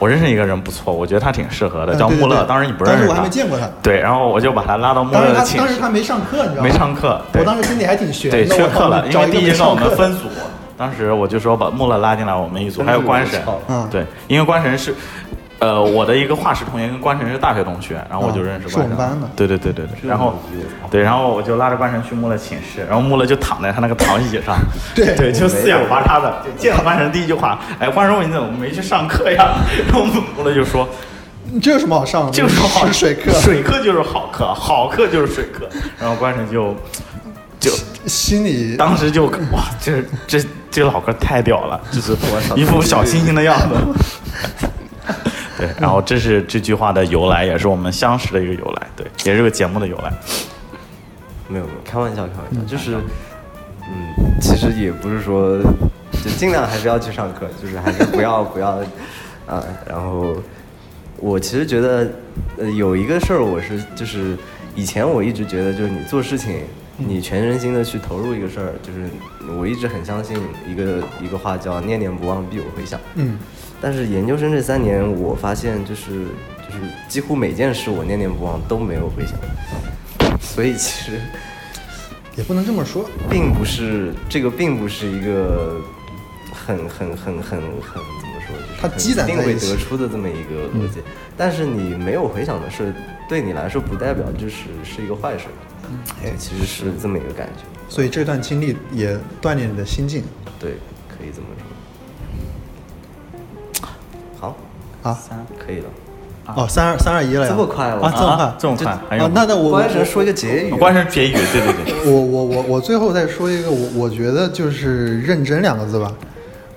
Speaker 3: 我认识一个人不错，我觉得他挺适合的，
Speaker 1: 嗯
Speaker 3: 叫
Speaker 1: 对对
Speaker 3: 穆勒。
Speaker 1: 对
Speaker 3: 当时你不
Speaker 1: 当
Speaker 3: 认
Speaker 1: 时
Speaker 3: 识
Speaker 1: 我
Speaker 3: 他，
Speaker 1: 还没见过他
Speaker 3: 对，然后我就把他拉到穆
Speaker 1: 当
Speaker 3: 勒
Speaker 1: 时
Speaker 3: 的
Speaker 1: 他
Speaker 3: 寝
Speaker 1: 当时
Speaker 3: 室
Speaker 1: 他，没上课，你知道吗？
Speaker 3: 没上课对
Speaker 1: 我当时心里还挺悬的，
Speaker 3: 对，缺
Speaker 1: 我操
Speaker 3: 课了，因
Speaker 1: 找
Speaker 3: 为
Speaker 1: 一个
Speaker 3: 第一
Speaker 1: 没
Speaker 3: 跟我
Speaker 1: 上
Speaker 3: 们
Speaker 1: 课
Speaker 3: 分组。当时我就说把穆勒拉进来，我们一组，还有关神
Speaker 2: 真是我，
Speaker 1: 嗯
Speaker 3: 对，因为关神是，呃，我的一个化石同学跟关神是大学同学，然后我就认识
Speaker 1: 嗯
Speaker 3: 关神，
Speaker 1: 是我们班的
Speaker 3: 对对对对对，然后
Speaker 1: 嗯
Speaker 3: 对，然后我就拉着关神去穆勒寝室，然后穆勒就躺在他那个躺椅上，
Speaker 1: 对
Speaker 3: 对，就四仰八叉的，就见了关神第一句话，哎，关神问你怎么没去上课呀？ 然后穆勒就说。
Speaker 1: 你 这有什么好上的？
Speaker 3: 就是好
Speaker 1: 是水课，
Speaker 3: 水课就是好课，好课就是水课。然后关神就就
Speaker 1: 心里
Speaker 3: 当时就哇，这这这老哥太屌了，就是一副小清新的样子。 对，然后这是这句话的由来，也是我们相识的一个由来，对，也是这个节目的由来。
Speaker 2: 没有没有，开玩笑开玩笑，就是，嗯，其实也不是说，就尽量还是要去上课， 就是还是不要不要，啊，然后我其实觉得，呃，有一个事儿我是就是以前我一直觉得就是你做事情，你全身心的去投入一个事儿，就是我一直很相信一个一个话叫念念不忘必有回响，
Speaker 1: 嗯，
Speaker 2: 但是研究生这三年，我发现就是就是几乎每件事我念念不忘都没有回响，所以其实。
Speaker 1: 也不能这么说。
Speaker 2: 并不是这个，并不是一个很很很很很怎么说，就是
Speaker 1: 它积攒在
Speaker 2: 定会
Speaker 1: 一起嗯
Speaker 2: 得出的这么一个逻辑。但是你没有回响的事，对你来说不代表就是是一个坏事，
Speaker 1: 嗯
Speaker 2: 哎，其实是这么一个感觉。
Speaker 1: 所以这段经历也锻炼你的心境。
Speaker 2: 对，可以这么说。好，
Speaker 1: 啊，
Speaker 2: 可以了。
Speaker 1: 哦，三二三二一了呀，
Speaker 2: 这么快吗
Speaker 1: 啊，这么快
Speaker 3: 啊，这么快还有
Speaker 1: 啊，那那我
Speaker 2: 关神
Speaker 1: 我
Speaker 2: 说一个结语，
Speaker 3: 关神结语，对对对，
Speaker 1: 我我我我最后再说一个，我我觉得就是认真两个字吧。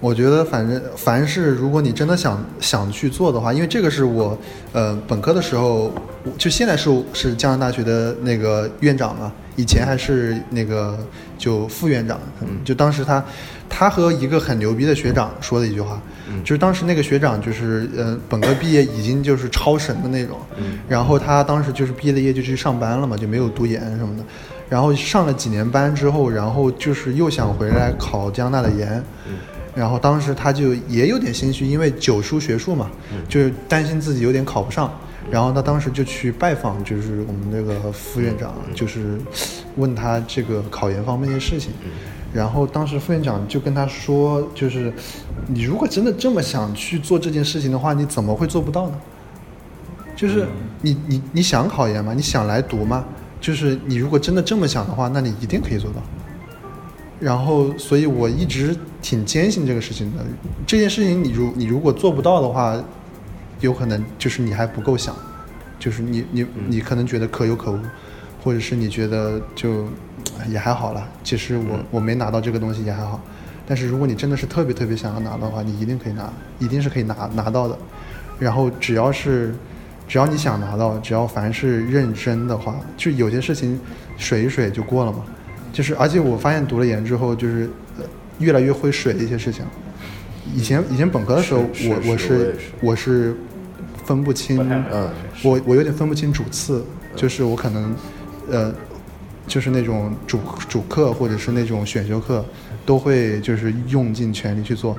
Speaker 1: 我觉得反正凡是如果你真的想想去做的话，因为这个是我呃本科的时候，我就现在是是江南大学的那个院长嘛，以前还是那个就副院长，就当时他他和一个很牛逼的学长说的一句话，就是当时那个学长就是呃本科毕业已经就是超神的那种，然后他当时就是毕业的业就去上班了嘛，就没有读研什么的。然后上了几年班之后，然后就是又想回来考江大的研，然后当时他就也有点心虚，因为九叔学术嘛，就是担心自己有点考不上。然后他当时就去拜访，就是我们这个副院长，就是问他这个考研方面的事情。然后当时副院长就跟他说，就是你如果真的这么想去做这件事情的话，你怎么会做不到呢？就是你你你想考研吗？你想来读吗？就是你如果真的这么想的话，那你一定可以做到。然后，所以我一直挺坚信这个事情的。这件事情，你如你如果做不到的话，有可能就是你还不够想，就是你你你可能觉得可有可无，或者是你觉得就哎也还好啦。其实我我没拿到这个东西也还好，但是如果你真的是特别特别想要拿到的话，你一定可以拿，一定是可以拿拿到的。然后只要是只要你想拿到，只要凡是认真的话，就有些事情水一水就过了嘛。就是而且我发现读了研之后，就是、呃越来越会水一些事情。以前以前本科的时候，
Speaker 2: 是是
Speaker 1: 我我是
Speaker 2: 是我也是
Speaker 1: 我是分不清，嗯，我我有点分不清主次，就是我可能，呃，就是那种主主课或者是那种选修课，都会就是用尽全力去做，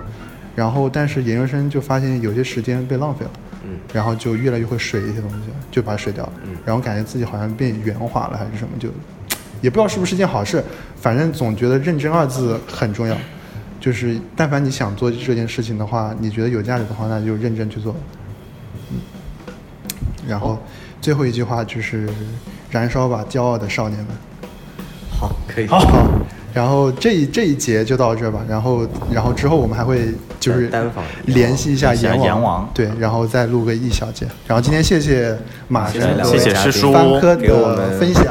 Speaker 1: 然后但是研究生就发现有些时间被浪费了，
Speaker 2: 嗯
Speaker 1: 然后就越来越会水一些东西，就把它水掉了，然后感觉自己好像变圆滑了还是什么，就也不知道是不是件好事，反正总觉得认真二字很重要。就是，但凡你想做这件事情的话，你觉得有价值的话，那就认真去做。然后最后一句话就是“燃烧吧，骄傲的少年们
Speaker 2: 好，可以。”。
Speaker 1: 好，然后这一这一节就到这吧。然后，然后之后我们还会就是
Speaker 2: 单单访
Speaker 1: 联系一下
Speaker 3: 联系一下
Speaker 1: 阎
Speaker 3: 阎王
Speaker 1: 对，然后再录个一小节。然后今天谢谢马神
Speaker 2: 谢谢，两
Speaker 3: 谢
Speaker 2: 位
Speaker 3: 谢
Speaker 2: 嘉
Speaker 3: 师
Speaker 2: 宾
Speaker 3: 叔，
Speaker 1: 翻科
Speaker 2: 给我
Speaker 1: 的
Speaker 2: 们
Speaker 1: 分享。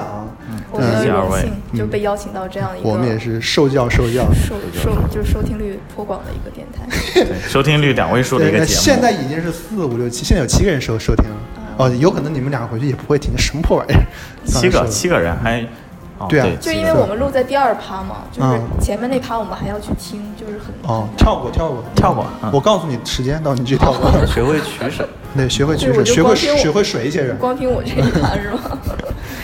Speaker 4: 我觉得
Speaker 3: 谢谢二
Speaker 4: 荣
Speaker 3: 位
Speaker 4: 幸就被邀请到这样一
Speaker 1: 嗯
Speaker 4: 个，
Speaker 1: 我们也是受教受教。
Speaker 4: 收收就是收听率颇广的一个电台。
Speaker 3: 对收听率两位数的一个
Speaker 1: 对，
Speaker 3: 节目。
Speaker 1: 现在已经是四五六七，现在有七个人收收听了。哦，有可能你们两个回去也不会听，什么破玩意儿？
Speaker 3: 七
Speaker 1: 算
Speaker 3: 个
Speaker 1: 了
Speaker 3: 七个人还，哦
Speaker 1: 对啊
Speaker 4: 就
Speaker 3: 七
Speaker 4: 因
Speaker 3: 个
Speaker 4: 为
Speaker 3: 人
Speaker 4: 我们录在第二趴嘛，就是
Speaker 1: 嗯
Speaker 4: 前面那趴我们还要去听，就是很
Speaker 1: 哦，跳过跳过
Speaker 3: 跳过嗯
Speaker 1: 我告诉你时间到，你去跳过。
Speaker 2: 学会 取舍，
Speaker 1: 对，学会取
Speaker 4: 对我
Speaker 1: 舍，
Speaker 4: 就
Speaker 1: 学会
Speaker 4: 光听我
Speaker 1: 学会水一些人。
Speaker 4: 光听我这一趴是吗？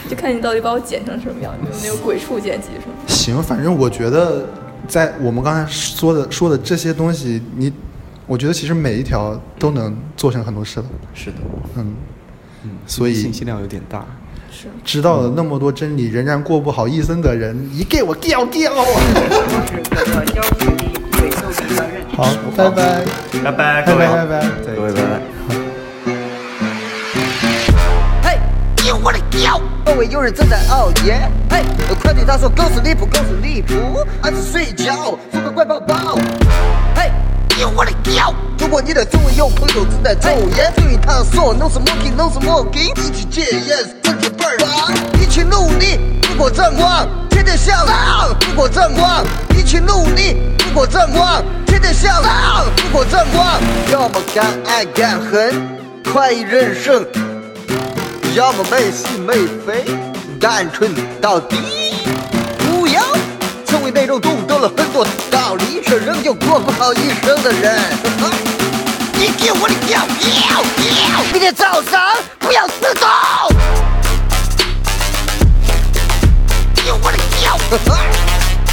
Speaker 4: 就看你到底把我剪成什么样，有没有鬼畜剪辑什么？
Speaker 1: 行，反正我觉得，在我们刚才说的说的这些东西，你，我觉得其实每一条都能做成很多事的。
Speaker 2: 是的，
Speaker 1: 嗯，所以
Speaker 5: 信息量有点大。
Speaker 4: 是
Speaker 1: 知道了那么多真理，仍然过不好一生的人，一给我啊掉掉。
Speaker 6: 就是可热邀请你回到一个认
Speaker 1: 好，拜拜，
Speaker 3: 拜拜
Speaker 1: 拜
Speaker 3: 各位。
Speaker 1: 拜，拜拜。
Speaker 5: 对
Speaker 2: 各位拜拜。
Speaker 6: 嘿，丢我的屌！二位有人正在熬夜，嘿，呃快对他说狗是离谱，狗是离谱，俺是啊睡觉，做个乖宝宝，嘿。丢我的屌！如果你的周围有朋友正在抽烟，对他说 no smoking no smoking，一起戒烟，身体倍儿棒，一起努力，不果正光，天天向上，不果正光，一起努力，不果正光，天天向上，不果正光，要么敢爱敢恨，快意人生。要么没心没肺，单纯到底。不要成为那种懂得了很多道理，却仍旧过不好一生的人。啊你给我的屌屌屌！明天早上不要迟到。给我的屌！